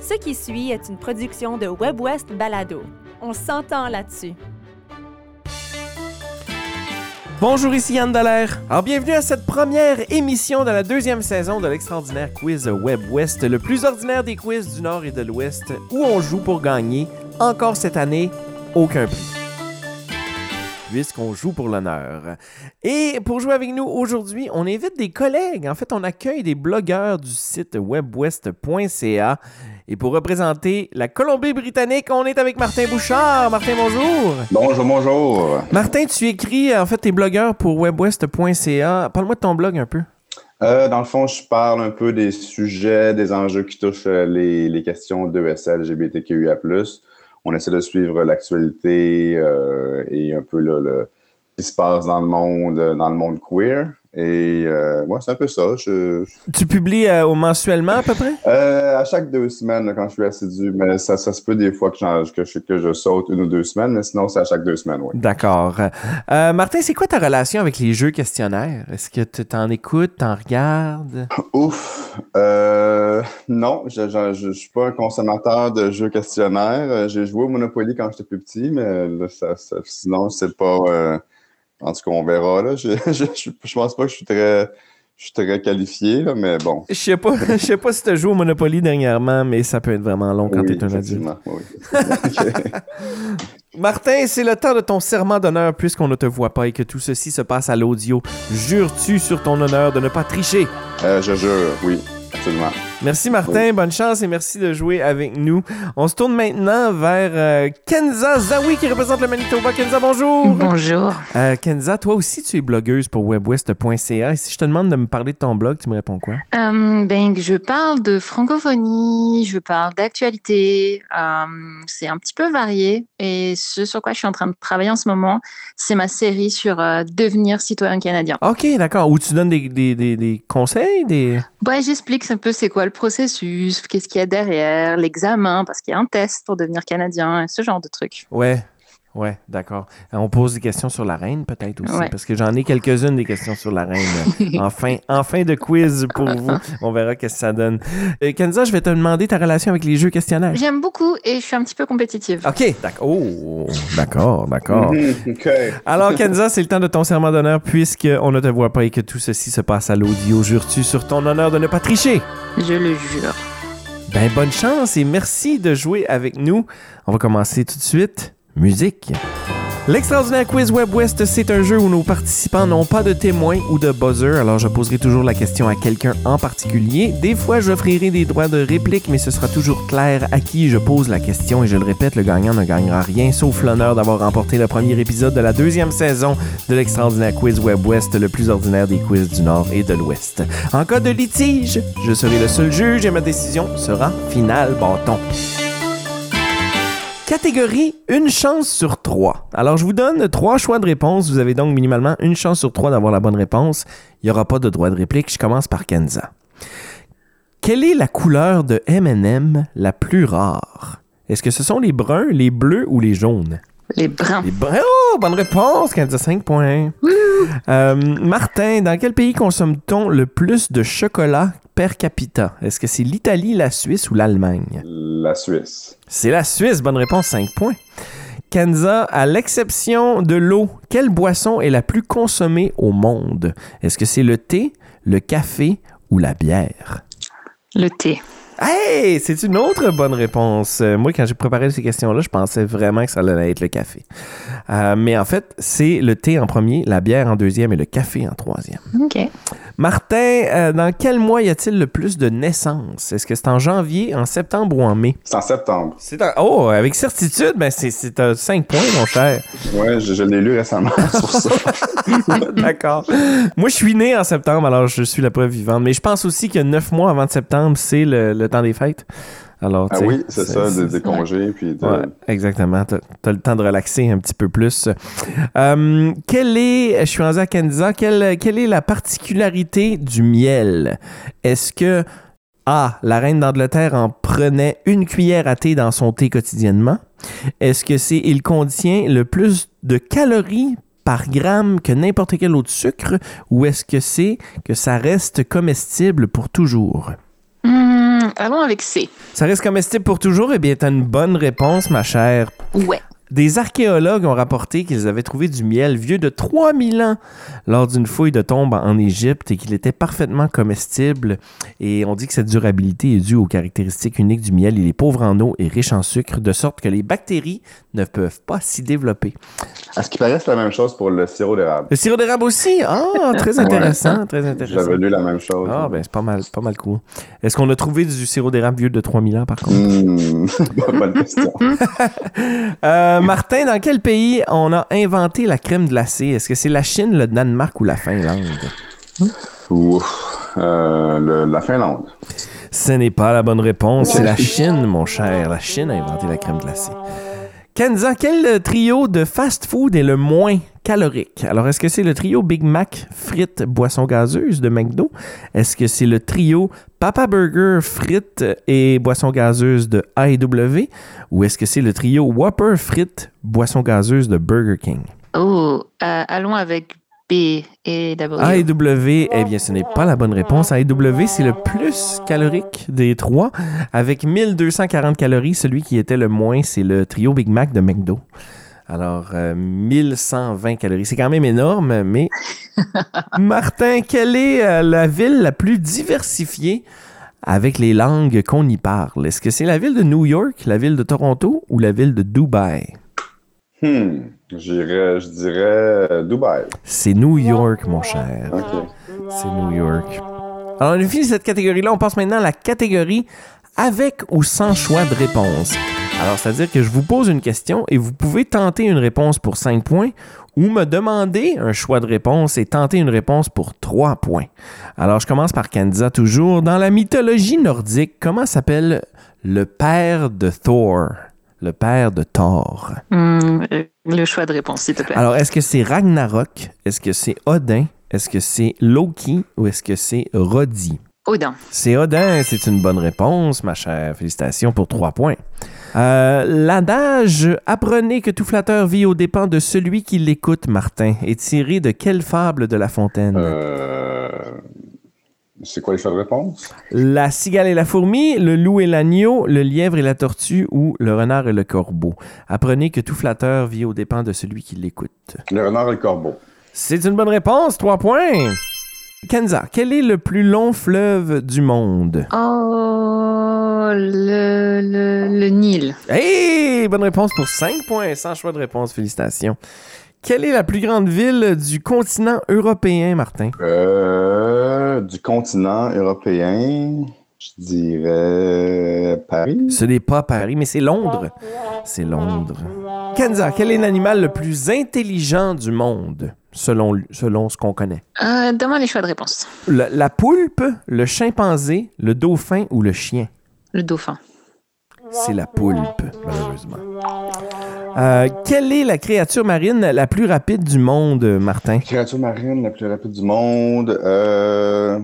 Ce qui suit est une production de WebWest Balado. On s'entend là-dessus. Bonjour, ici Yann Dallaire. Alors, bienvenue à cette première émission de la deuxième saison de l'extraordinaire quiz Web West, le plus ordinaire des quiz du Nord et de l'Ouest, où on joue pour gagner, encore cette année, aucun prix. Puisqu'on joue pour l'honneur. Et pour jouer avec nous aujourd'hui, on invite des collègues. En fait, on accueille des blogueurs du site webwest.ca. Et pour représenter la Colombie-Britannique, on est avec Martin Bouchard. Martin, bonjour. Bonjour, bonjour. Martin, tu écris, euh, en fait, tes blogueurs pour webwest.ca. Parle-moi de ton blog un peu. Euh, dans le fond, je parle un peu des sujets, des enjeux qui touchent euh, les, les questions de ESL, LGBTQIA+. On essaie de suivre l'actualité euh, et un peu le, le- ce qui se passe dans le monde, euh, dans le monde queer. Et euh, ouais, c'est un peu ça. Je- je- Tu publies euh, au mensuellement à peu près? euh, à chaque deux semaines, là, quand je suis assidu, mais ça, ça se peut des fois que, j'en- que, je, que je saute une ou deux semaines, mais sinon, c'est à chaque deux semaines, oui. D'accord. Euh, Martin, c'est quoi ta relation avec les jeux questionnaires? Est-ce que tu t'en écoutes, t'en regardes? Ouf. Euh, non, je je- je- je suis pas un consommateur de jeux questionnaires. Euh, J'ai joué au Monopoly quand j'étais plus petit, mais là, ça, ça- sinon, c'est pas. euh, en tout cas, on verra. Là. Je, je, je- je pense pas que je suis très, je suis très qualifié, là, mais bon. Je sais pas, je sais pas si t'as joué au Monopoly dernièrement, mais ça peut être vraiment long quand Oui, t'es un adulte. effectivement, oui, oui. Martin, c'est le temps de ton serment d'honneur puisqu'on ne te voit pas et que tout ceci se passe à l'audio. Jures-tu sur ton honneur de ne pas tricher? Euh, je jure, oui, absolument. Merci Martin, bonne chance et merci de jouer avec nous. On se tourne maintenant vers euh, Kenza Zawi qui représente le Manitoba. Kenza, bonjour. Bonjour. Euh, Kenza, toi aussi tu es blogueuse pour webwest.ca et si je te demande de me parler de ton blog, tu me réponds quoi Euh, ben, je parle de francophonie, je parle d'actualité. euh, c'est un petit peu varié. Et ce sur quoi je suis en train de travailler en ce moment, c'est ma série sur euh, devenir citoyen canadien. Ok, d'accord. Ou tu donnes des, des- des- des conseils, des Ouais, j'explique un peu c'est quoi le processus, qu'est-ce qu'il y a derrière, l'examen, parce qu'il y a un test pour devenir canadien, ce genre de trucs. ouais. Ouais, d'accord. Euh, On pose des questions sur la reine peut-être aussi, Ouais. parce que j'en ai quelques-unes des questions sur la reine. enfin, enfin de quiz pour vous. On verra qu'est-ce que ça donne. Euh, Kenza, je vais te demander ta relation avec les jeux questionnaires. J'aime beaucoup et je suis un petit peu compétitive. OK. D'accord. Oh, d'accord, d'accord. Mhm, OK. Alors, Kenza, c'est le temps de ton serment d'honneur puisqu'on ne te voit pas et que tout ceci se passe à l'audio. Jures-tu sur ton honneur de ne pas tricher? Je le jure. Ben, bonne chance et merci de jouer avec nous. On va commencer tout de suite. Musique. L'extraordinaire quiz Web West, c'est un jeu où nos participants n'ont pas de témoin ou de buzzer, alors je poserai toujours la question à quelqu'un en particulier. Des fois, j'offrirai des droits de réplique, mais ce sera toujours clair à qui je pose la question et je le répète, le gagnant ne gagnera rien sauf l'honneur d'avoir remporté le premier épisode de la deuxième saison de l'extraordinaire quiz Web West, le plus ordinaire des quiz du Nord et de l'Ouest. En cas de litige, je serai le seul juge et ma décision sera finale, bâton. Catégorie une chance sur trois. Alors, je vous donne trois choix de réponse. Vous avez donc minimalement une chance sur trois d'avoir la bonne réponse. Il n'y aura pas de droit de réplique. Je commence par Kenza. Quelle est la couleur de M&M la plus rare? Est-ce que ce sont les bruns, les bleus ou les jaunes? Les brins. Les bruns. Oh, bonne réponse, Kenza. 5 points. Euh, Martin, dans quel pays consomme-t-on le plus de chocolat per capita? Est-ce que c'est l'Italie, la Suisse ou l'Allemagne? La Suisse. C'est la Suisse, bonne réponse, 5 points. Kenza, à l'exception de l'eau, quelle boisson est la plus consommée au monde? Est-ce que c'est le thé, le café ou la bière? Le thé. Hey, c'est une autre bonne réponse. Euh, Moi, quand j'ai préparé ces questions-là, je pensais vraiment que ça allait être le café. Euh, mais en fait, c'est le thé en premier, la bière en deuxième et le café en troisième. Ok. Martin, euh, dans quel mois y a-t-il le plus de naissances? Est-ce que c'est en janvier, en septembre ou en mai? C'est en septembre. C'est un- Oh, avec certitude, ben c'est- c'est un 5 points, mon cher. Ouais, je, je l'ai lu récemment sur ça. D'accord. Moi, je suis né en septembre, alors je suis la preuve vivante. Mais je pense aussi que 9 mois avant de septembre, c'est le, le temps des fêtes. Alors, Ah tu sais, oui, c'est ça, c'est- des, des congés, puis de- Ouais, exactement. T'as as le temps de relaxer un petit peu plus. Euh, quelle est, je suis rendu à Kenza, quelle, quelle est la particularité du miel? Est-ce que A, la reine d'Angleterre en prenait une cuillère à thé dans son thé quotidiennement? Est-ce que c'est il contient le plus de calories par gramme que n'importe quel autre sucre? Ou est-ce que c'est que ça reste comestible pour toujours? Hmm, allons avec C. Ça reste comestible pour toujours? Eh bien, t'as une bonne réponse, ma chère. Ouais. Des archéologues ont rapporté qu'ils avaient trouvé du miel vieux de 3000 ans lors d'une fouille de tombe en Égypte et qu'il était parfaitement comestible. Et on dit que cette durabilité est due aux caractéristiques uniques du miel. Il est pauvre en eau et riche en sucre, de sorte que les bactéries ne peuvent pas s'y développer. À ce qui paraît, c'est la même chose pour le sirop d'érable. Le sirop d'érable aussi? Ah, très intéressant, très intéressant. J'avais lu la même chose. Ah, ben c'est pas mal, pas mal cool. Est-ce qu'on a trouvé du sirop d'érable vieux de 3000 ans, par contre? Hmm, bonne question. Euh, Martin, dans quel pays on a inventé la crème glacée? Est-ce que c'est la Chine, le Danemark ou la Finlande? Ouf. Euh, le- la Finlande. Ce n'est pas la bonne réponse. C'est la Chine, mon cher. La Chine a inventé la crème glacée. Kenza, quel euh, trio de fast-food est le moins calorique? Alors, est-ce que c'est le trio Big Mac, frites, boissons gazeuses de McDo? Est-ce que c'est le trio Papa Burger, frites et boissons gazeuses de AEW? Ou est-ce que c'est le trio Whopper, frites, boissons gazeuses de Burger King? Oh, euh, allons avec B et W. AEW, eh bien, ce n'est pas la bonne réponse. AEW, c'est le plus calorique des trois, avec 1240 calories. Celui qui était le moins, c'est le trio Big Mac de McDo. Alors, euh, 1120 calories. C'est quand même énorme, mais... Martin, quelle est euh, la ville la plus diversifiée avec les langues qu'on y parle? Est-ce que c'est la ville de New York, la ville de Toronto ou la ville de Dubaï? Hmm. J'irais, je dirais euh, Dubaï. C'est New York, mon cher. Ok. C'est New York. Alors, on a fini cette catégorie-là. On passe maintenant à la catégorie avec ou sans choix de réponse. Alors, c'est-à-dire que je vous pose une question et vous pouvez tenter une réponse pour 5 points ou me demander un choix de réponse et tenter une réponse pour 3 points. Alors, je commence par Kanza toujours. Dans la mythologie nordique, comment s'appelle le père de Thor? Le père de Thor. Hmm, euh, le choix de réponse, s'il te plaît. Alors, est-ce que c'est Ragnarok? Est-ce que c'est Odin? Est-ce que c'est Loki ou est-ce que c'est Rodi? Odin. C'est Odin, c'est une bonne réponse, ma chère. Félicitations pour trois points. Euh, L'adage Apprenez que tout flatteur vit aux dépens de celui qui l'écoute, Martin, est tiré de quelle fable de La Fontaine Euh, c'est quoi les choix de réponse? La cigale et la fourmi, le loup et l'agneau, le lièvre et la tortue ou le renard et le corbeau Apprenez que tout flatteur vit aux dépens de celui qui l'écoute. Le renard et le corbeau. C'est une bonne réponse, trois points. Kenza, quel est le plus long fleuve du monde Oh, le, le, le Nil. Hey! Bonne réponse pour 5 points, sans choix de réponse. Félicitations. Quelle est la plus grande ville du continent européen, Martin? Euh, du continent européen, je dirais Paris. Ce n'est pas Paris, mais c'est Londres. C'est Londres. Kenza, quel est l'animal le plus intelligent du monde, selon, selon ce qu'on connaît? Euh, Donne-moi les choix de réponse. La- la poulpe, le chimpanzé, le dauphin ou le chien? Le dauphin. C'est la poulpe, malheureusement. Euh, quelle est la créature marine la plus rapide du monde, Martin? Créature marine la plus rapide du monde. Euh,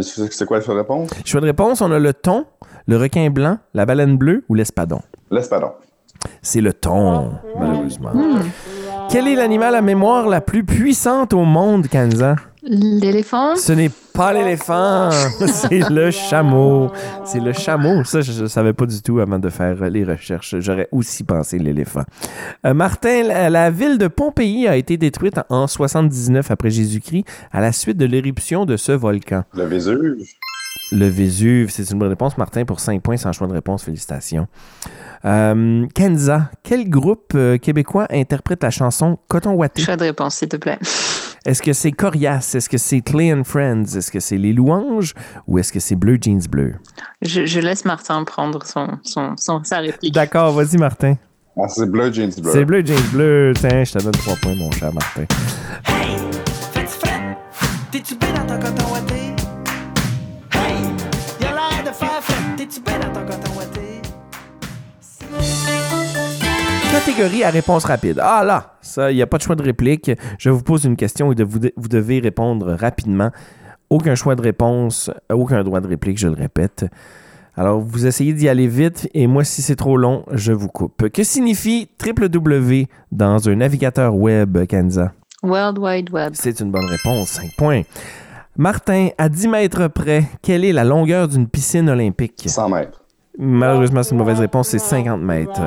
c'est quoi les choix de réponse? Choix de réponse, on a le thon, le requin blanc, la baleine bleue ou l'espadon. L'espadon. C'est le thon, malheureusement. Quel est l'animal à mémoire la plus puissante au monde, Kanza? L'éléphant. Ce n'est pas l'éléphant, c'est le chameau. C'est le chameau. Ça, je ne savais pas du tout avant de faire euh, les recherches. J'aurais aussi pensé l'éléphant. Euh, Martin, la, la ville de Pompéi a été détruite en 79 après Jésus-Christ à la suite de l'éruption de ce volcan. Le Vésuve. Le Vésuve, c'est une bonne réponse, Martin, pour 5 points sans choix de réponse. Félicitations. Euh, Kenza, quel groupe euh, québécois interprète la chanson Coton Watté? Choix de réponse, s'il te plaît. Est-ce que c'est Corias? Est-ce que c'est Clay and Friends? Est-ce que c'est Les Louanges? Ou est-ce que c'est Bleu Jeans Bleu? Je, je laisse Martin prendre son, son, son, sa réplique. D'accord, vas-y, Martin. Ah, c'est bleu, James Bleu. C'est Bleu Jeans Bleu. Tiens, je te donne 3 points, mon cher Martin. Hey, fais-tu fret? T'es-tu bien dans ton coton ouaté? Hey, y'a l'air de faire fret. T'es-tu bien dans ton coton ouaté? Catégorie à réponse rapide. Ah là, ça, il n'y a pas de choix de réplique. Je vous pose une question et de- vous, de- vous devez répondre rapidement. Aucun choix de réponse, euh, aucun droit de réplique, je le répète. Alors, vous essayez d'y aller vite et moi, si c'est trop long, je vous coupe. Que signifie www dans un navigateur web, Kanza? World Wide Web. C'est une bonne réponse, 5 points. Martin, à 10 mètres près, quelle est la longueur d'une piscine olympique? 100 mètres. Malheureusement, c'est une mauvaise réponse, c'est 50 mètres.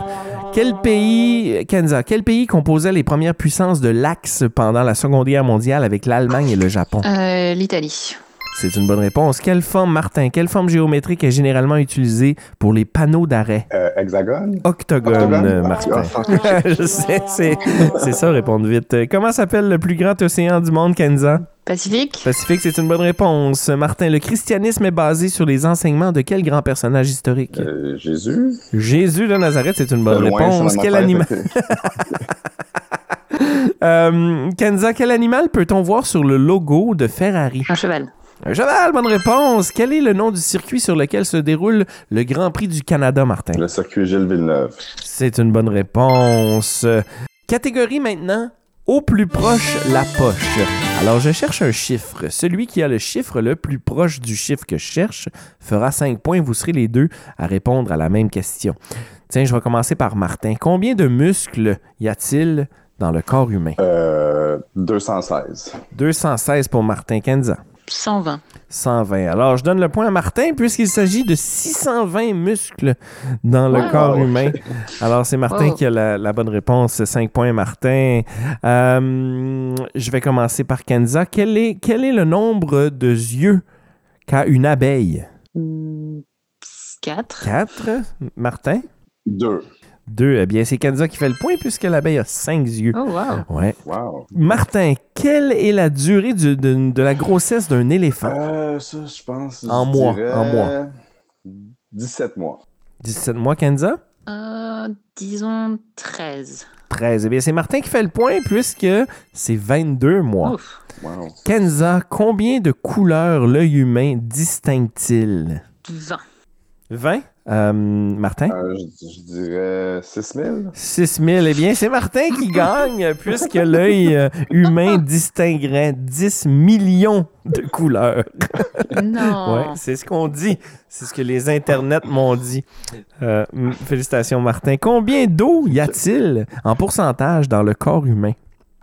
Quel pays, Kenza, quel pays composait les premières puissances de l'Axe pendant la Seconde Guerre mondiale avec l'Allemagne et le Japon? Euh, L'Italie. C'est une bonne réponse. Quelle forme, Martin, quelle forme géométrique est généralement utilisée pour les panneaux d'arrêt? Euh, hexagone? Octogone, Octogone? euh, Ah, Martin. ah, fuck. Je sais, c'est c'est ça, répondre vite. Euh, Comment s'appelle le plus grand océan du monde, Kenza? Pacifique. Pacifique, c'est une bonne réponse. Martin, le christianisme est basé sur les enseignements de quel grand personnage historique? Euh, Jésus? Jésus de Nazareth, c'est une De bonne loin, réponse. sur la Quel montagne. animal? Euh, Kenza, quel animal peut-on voir sur le logo de Ferrari? Un cheval. Un cheval, bonne réponse. Quel est le nom du circuit sur lequel se déroule le Grand Prix du Canada, Martin? Le circuit Gilles Villeneuve. C'est une bonne réponse. Catégorie maintenant, au plus proche, la poche. Alors, je cherche un chiffre. Celui qui a le chiffre le plus proche du chiffre que je cherche fera 5 points. Vous serez les deux à répondre à la même question. Tiens, je vais commencer par Martin. Combien de muscles y a-t-il dans le corps humain? Euh, 216. 216 pour Martin Kenza. 120. 120. Alors, je donne le point à Martin puisqu'il s'agit de 620 muscles dans le Wow. corps humain. Alors, c'est Martin Wow. qui a la, la bonne réponse. 5 points, Martin. Euh, je vais commencer par Kenza. Quel est, quel est le nombre de yeux qu'a une abeille? 4. 4, Martin? 2. 2. Eh bien, c'est Kenza qui fait le point puisque l'abeille a 5 yeux. Oh, wow. Ouais. Wow. Martin, quelle est la durée du- de, de la grossesse d'un éléphant? Euh, ça, je pense. En je mois, dirais en mois. 17 mois. 17 mois, Kenza? Euh, disons 13. 13. Eh bien, c'est Martin qui fait le point puisque c'est 22 mois. Ouf. Wow. Kenza, combien de couleurs l'œil humain distingue-t-il? 20. 20. Euh, Martin? Euh, je, je dirais 6000. 6000. Eh bien, c'est Martin qui gagne puisque l'œil euh, humain distinguerait 10 millions de couleurs. Ouais, Non. c'est ce qu'on dit. C'est ce que les internets m'ont dit. Euh, m- félicitations, Martin. Combien d'eau y a-t-il en pourcentage dans le corps humain?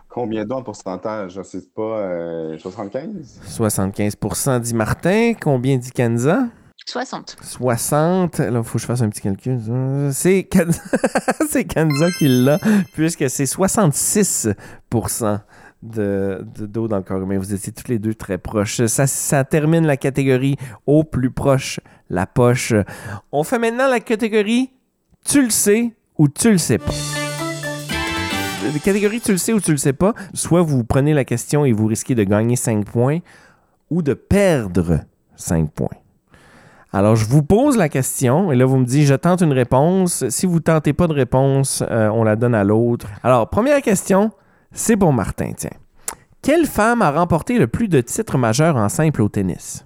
Combien d'eau en pourcentage? Je sais pas. euh, 75? 75 dit Martin. Combien dit Kenza? 60. 60. Là, il faut que je fasse un petit calcul. Euh, C'est Kenza, c'est Kenza qui l'a, puisque c'est 66 de, de- d'eau dans le corps humain. Vous étiez tous les deux très proches. Ça, ça termine la catégorie au plus proche, la poche. On fait maintenant la catégorie tu le sais ou tu le sais pas. La catégorie tu le sais ou tu le sais pas, soit vous prenez la question et vous risquez de gagner 5 points ou de perdre 5 points. Alors, je vous pose la question et là, vous me dites, je tente une réponse. Si vous tentez pas de réponse, euh, on la donne à l'autre. Alors, première question, c'est pour Martin, tiens. Quelle femme a remporté le plus de titres majeurs en simple au tennis?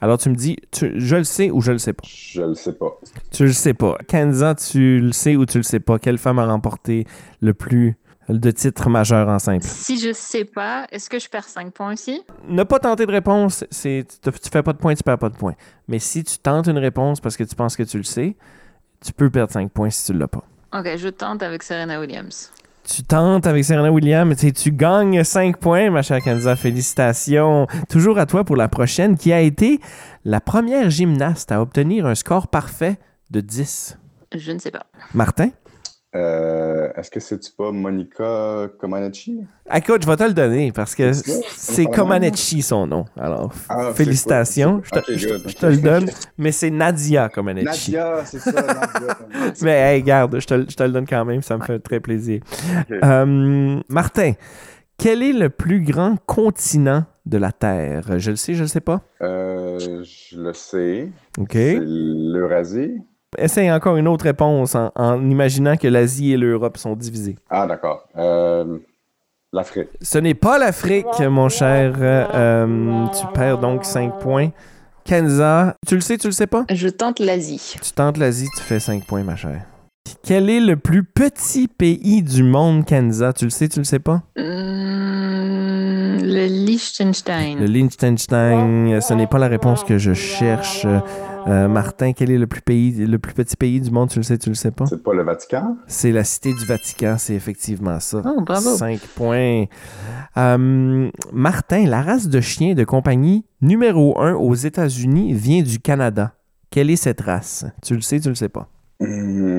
Alors, tu me dis, tu- je le sais ou je le sais pas. Je le sais pas. Tu le sais pas. Kenza, tu le sais ou tu le sais pas. Quelle femme a remporté le plus de titres majeurs en simple? Si je sais pas, est-ce que je perds 5 points aussi ne pas tenter de réponse, c'est tu, te- tu fais pas de points, tu perds pas de points. Mais si tu tentes une réponse parce que tu penses que tu le sais, tu peux perdre 5 points si tu l'as pas. Ok, je tente avec Serena Williams. Tu tentes avec Serena Williams, tu sais, tu gagnes 5 points, ma chère Kenza. Félicitations. Toujours à toi pour la prochaine, qui a été la première gymnaste à obtenir un score parfait de 10. Je ne sais pas. Martin? Euh, Est-ce que c'est-tu pas Monica Comaneci? Écoute, je vais te le donner parce que c'est Comaneci son nom. Alors, Ah, c'est félicitations. Je cool. te, Ok, je te- good. je te le donne, mais c'est Nadia Comaneci. Nadia, c'est ça. Nadia. Mais hey, garde, je te, le- je te le donne quand même, ça me fait très plaisir. Ok. Euh, Martin, quel est le plus grand continent de la Terre? Je le sais, je le sais pas. Euh, je le sais. OK. C'est l'Eurasie. Essaye encore une autre réponse en, en imaginant que l'Asie et l'Europe sont divisées. Ah, d'accord. Euh, L'Afrique. Ce n'est pas l'Afrique, mon cher. euh, euh, tu perds donc 5 points. Kenza, tu le sais, tu le sais pas? Je tente l'Asie. Tu tentes l'Asie, tu fais 5 points, ma chère. Quel est le plus petit pays du monde, Kenza? Tu le sais, tu le sais pas? Hmm, le Liechtenstein. Le Liechtenstein, ce n'est pas la réponse que je cherche. Euh, Martin, quel est le plus, pays, le plus petit pays du monde? Tu le sais, tu le sais pas? C'est pas le Vatican? C'est la cité du Vatican, c'est effectivement ça. Oh, bravo. 5 points. Euh, Martin, la race de chien de compagnie numéro 1 aux États-Unis vient du Canada. Quelle est cette race? Tu le sais, tu le sais pas.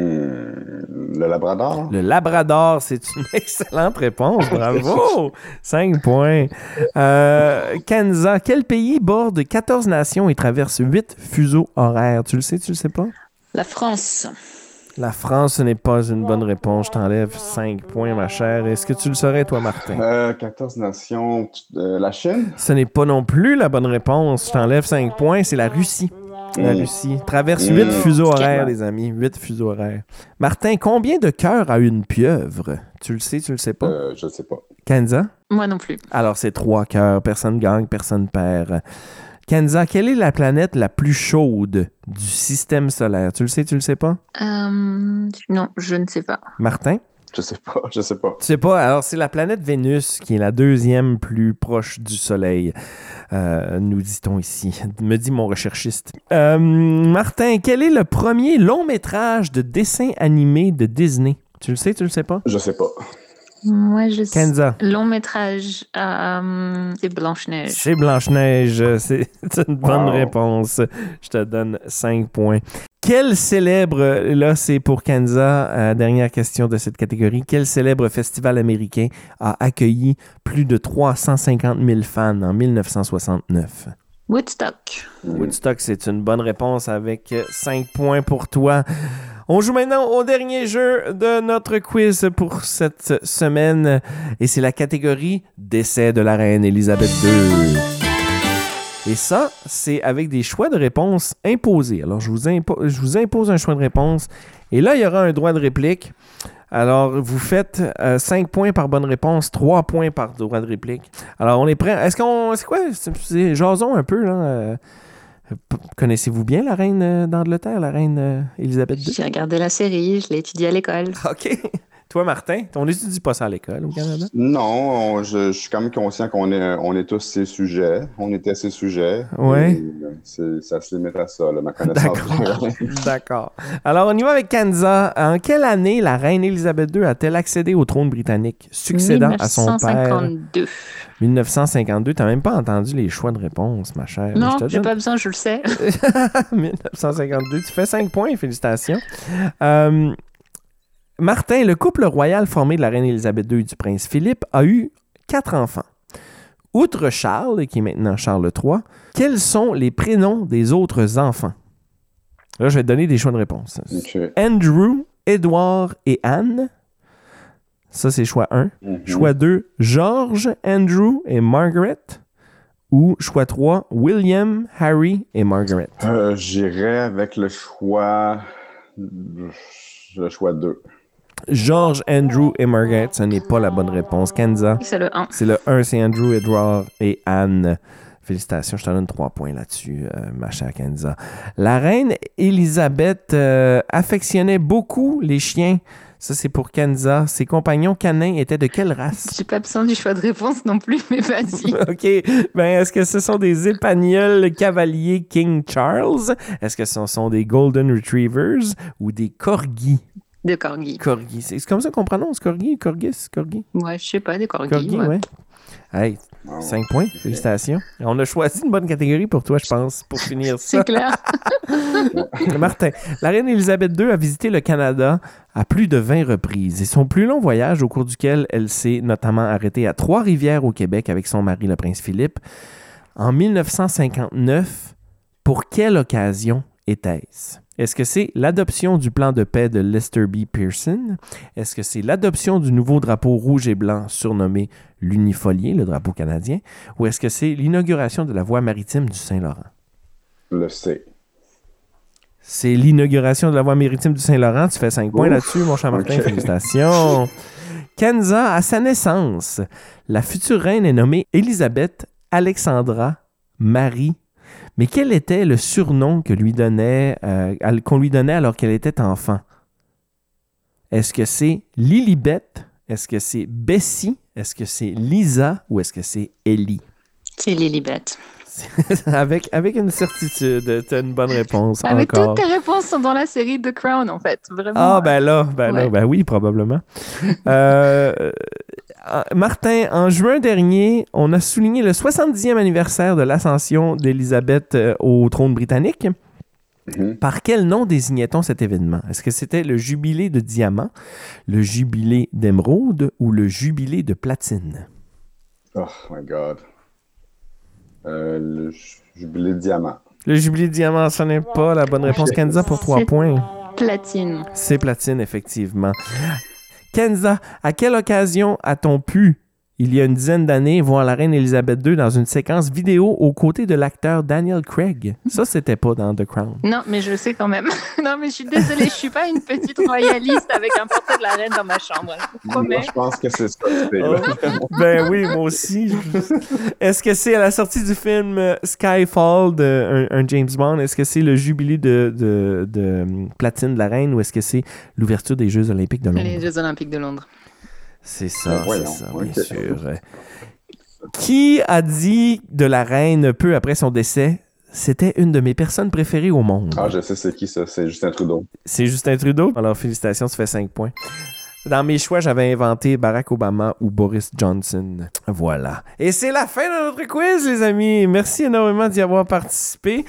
Hmm, le Labrador? Le Labrador, c'est une excellente réponse. Bravo! 5 points. Euh, Kansas, quel pays borde 14 nations et traverse 8 fuseaux horaires? Tu le sais, tu le sais pas? La France. La France, ce n'est pas une bonne réponse. Je t'enlève 5 points, ma chère. Est-ce que tu le saurais, toi, Martin? Euh, 14 nations. euh, la Chine? Ce n'est pas non plus la bonne réponse. Je t'enlève 5 points. C'est la Russie. La Mm. Russie. Traverse Mm. 8 fuseaux horaires, Carrément. les amis. 8 fuseaux horaires. Martin, combien de cœurs a une pieuvre? Tu le sais, tu le sais pas? Euh, je sais pas. Kansas? Moi non plus. Alors, c'est 3 cœurs. Personne gagne, personne perd. Kansas, quelle est la planète la plus chaude du système solaire? Tu le sais, tu le sais pas? Euh, non, je ne sais pas. Martin? Je sais pas. Je sais pas. Tu sais pas, alors c'est la planète Vénus qui est la deuxième plus proche du Soleil, euh, nous dit-on ici, me dit mon recherchiste. Euh, Martin, quel est le premier long métrage de dessin animé de Disney? Tu le sais, tu le sais pas? Je sais pas. Moi, je sais. Kenza. Long métrage, euh, c'est Blanche-Neige. C'est Blanche-Neige, c'est c'est une bonne Wow. réponse. Je te donne 5 points. Quel célèbre, là c'est pour Kansas, euh, dernière question de cette catégorie, quel célèbre festival américain a accueilli plus de 350 000 fans en 1969? Woodstock. Woodstock, c'est une bonne réponse avec 5 points pour toi. On joue maintenant au dernier jeu de notre quiz pour cette semaine et c'est la catégorie décès de la reine Elisabeth II. Et ça, c'est avec des choix de réponse imposés. Alors, je vous, impo- je vous impose un choix de réponse et là, il y aura un droit de réplique. Alors, vous faites 5 points par bonne réponse, 3 points par droit de réplique. Alors, on est prêt. Est-ce qu'on. C'est quoi C'est- C'est jason un peu, là. euh, p- Connaissez-vous bien la reine euh, d'Angleterre, la reine euh, Élisabeth II J'ai regardé la série, je l'ai étudiée à l'école. OK. Toi, Martin, on n'étudie pas ça à l'école au Canada. Non, on- je, je suis quand même conscient qu'on est, on est tous ces sujets. On était ces sujets. Ouais. Et, euh, c'est- ça se limite à ça, là, ma connaissance. D'accord. D'accord. Alors, on y va avec Kansas. En quelle année la reine Élisabeth II a-t-elle accédé au trône britannique, succédant à son père Euh, 1952. 1952? T'as même pas entendu les choix de réponse, ma chère. Non, Je te j'ai donne- pas besoin, je le sais. 1952. Tu fais 5 points, félicitations. Euh, Martin, le couple royal formé de la reine Élisabeth II et du prince Philippe a eu quatre enfants. Outre Charles, qui est maintenant Charles III, quels sont les prénoms des autres enfants? Là, je vais te donner des choix de réponse. Ok. Andrew, Edward et Anne. Ça, c'est choix 1. Mhm. Choix 2, George, Andrew et Margaret. Ou choix 3, William, Harry et Margaret. Euh, J'irai avec le choix. Le choix 2. George, Andrew et Margaret, ce n'est pas la bonne réponse. Kansas, C'est le 1. c'est le 1, c'est Andrew, Edward et Anne. Félicitations, je te donne 3 points là-dessus, euh, ma chère Kansas. La reine Elisabeth euh, affectionnait beaucoup les chiens. Ça, c'est pour Kansas. Ses compagnons canins étaient de quelle race? J'ai pas besoin du choix de réponse non plus, mais vas-y. OK. Ben, est-ce que ce sont des épagnols cavaliers King Charles? Est-ce que ce sont des Golden Retrievers ou des Corgis? De corgi. Corgi. C'est c'est comme ça qu'on prononce Corgi, Corgis, Corgi. Moi, je sais pas, des corgis. Corgi, moi. ouais. Hey, 5 points, félicitations. On a choisi une bonne catégorie pour toi, je pense, pour finir ça. C'est clair. Martin, la reine Élisabeth II a visité le Canada à plus de 20 reprises et son plus long voyage, au cours duquel elle s'est notamment arrêtée à Trois-Rivières au Québec avec son mari, le prince Philippe, en 1959, pour quelle occasion était-ce? Est-ce que c'est l'adoption du plan de paix de Lester B. Pearson? Est-ce que c'est l'adoption du nouveau drapeau rouge et blanc surnommé l'unifolié, le drapeau canadien? Ou est-ce que c'est l'inauguration de la voie maritime du Saint-Laurent? Le C. C'est l'inauguration de la voie maritime du Saint-Laurent. Tu fais 5 points Ouf, là-dessus, mon cher Martin. ok. Félicitations. Kansas, à sa naissance, la future reine est nommée Élisabeth Alexandra Marie. Mais quel était le surnom que lui donnait, euh, à- qu'on lui donnait alors qu'elle était enfant? Est-ce que c'est Lilibet? Est-ce que c'est Bessie? Est-ce que c'est Lisa? Ou est-ce que c'est Ellie? C'est Lilibet. avec, avec une certitude, t'as une bonne réponse Ah, mais encore. toutes tes réponses sont dans la série The Crown, en fait. Vraiment. Ah, ben là, ben là, Ouais. ben oui, probablement. Euh, euh, Martin, en juin dernier, on a souligné le 70e anniversaire de l'ascension d'Élisabeth euh, au trône britannique. Mhm. Par quel nom désignait-on cet événement? Est-ce que c'était le jubilé de diamant, le jubilé d'émeraude ou le jubilé de platine? Oh my God. Euh, le ju- jubilé de diamant. Le jubilé de diamant, ce n'est pas la bonne réponse. Kenza pour trois C'est- points. euh, Platine. C'est platine, effectivement. Kenza, à quelle occasion a-t-on pu, il y a une dizaine d'années, voir la reine Elisabeth II dans une séquence vidéo aux côtés de l'acteur Daniel Craig? Ça, c'était pas dans The Crown. Non, mais je le sais quand même. non, mais je suis désolée, je suis pas une petite royaliste avec un portrait de la reine dans ma chambre. Je Moi, vous promets. je pense que c'est ça. c'est Oh. là. Ben oui, moi aussi. Est-ce que c'est à la sortie du film euh, Skyfall de un, un James Bond, est-ce que c'est le jubilé de, de- de, hum, platine de la reine ou est-ce que c'est l'ouverture des Jeux olympiques de Les Londres? Jeux Olympiques de Londres. C'est ça, Ah, voyons, c'est ça, ok. bien sûr. Euh, Qui a dit de la reine peu après son décès c'était une de mes personnes préférées au monde. Ah, je sais c'est qui ça, c'est Justin Trudeau. C'est Justin Trudeau. Alors, félicitations, tu fais 5 points. Dans mes choix, j'avais inventé Barack Obama ou Boris Johnson. Voilà. Et c'est la fin de notre quiz, les amis. Merci énormément d'y avoir participé.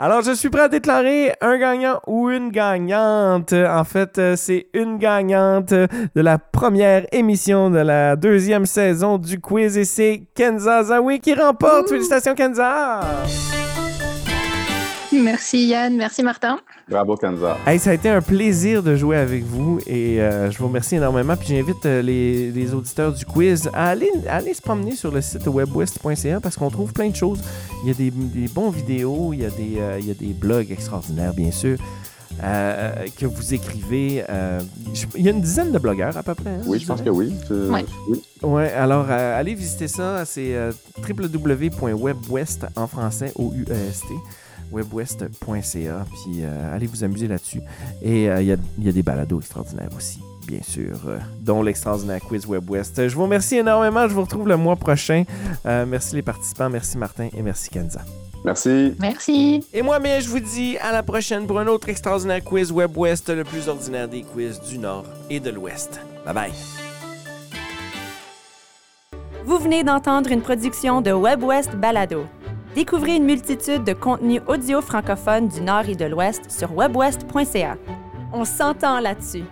Alors, je suis prêt à déclarer un gagnant ou une gagnante. En fait, euh, c'est une gagnante de la première émission de la deuxième saison du quiz et c'est Kenza Zawi qui remporte. Félicitations, Kenza! Merci Yann, merci Martin. Bravo, Kansas. Hey, ça a été un plaisir de jouer avec vous et euh, je vous remercie énormément. Puis j'invite euh, les, les auditeurs du quiz à aller, à aller se promener sur le site webwest.ca parce qu'on trouve plein de choses. Il y a des, des bons vidéos, il y, a des, euh, il y a des blogs extraordinaires, bien sûr, euh, que vous écrivez. euh, je- il y a une dizaine de blogueurs à peu près. hein, Oui, je pense que dirais. oui. Euh, Ouais. oui. Ouais, alors euh, allez visiter ça, c'est euh, www.webwest en français E au UEST webwest.ca puis euh, allez vous amuser là-dessus et euh, il y, a, il y a des balados extraordinaires aussi bien sûr euh, dont l'extraordinaire quiz webwest je vous remercie énormément je vous retrouve le mois prochain Euh, merci les participants merci Martin et merci Kenza Merci. Merci. et moi bien je vous dis à la prochaine pour un autre extraordinaire quiz webwest le plus ordinaire des quiz du nord et de l'ouest bye bye Vous venez d'entendre une production de WebWest Balado. Découvrez une multitude de contenus audio francophones du Nord et de l'Ouest sur webwest.ca. On s'entend là-dessus.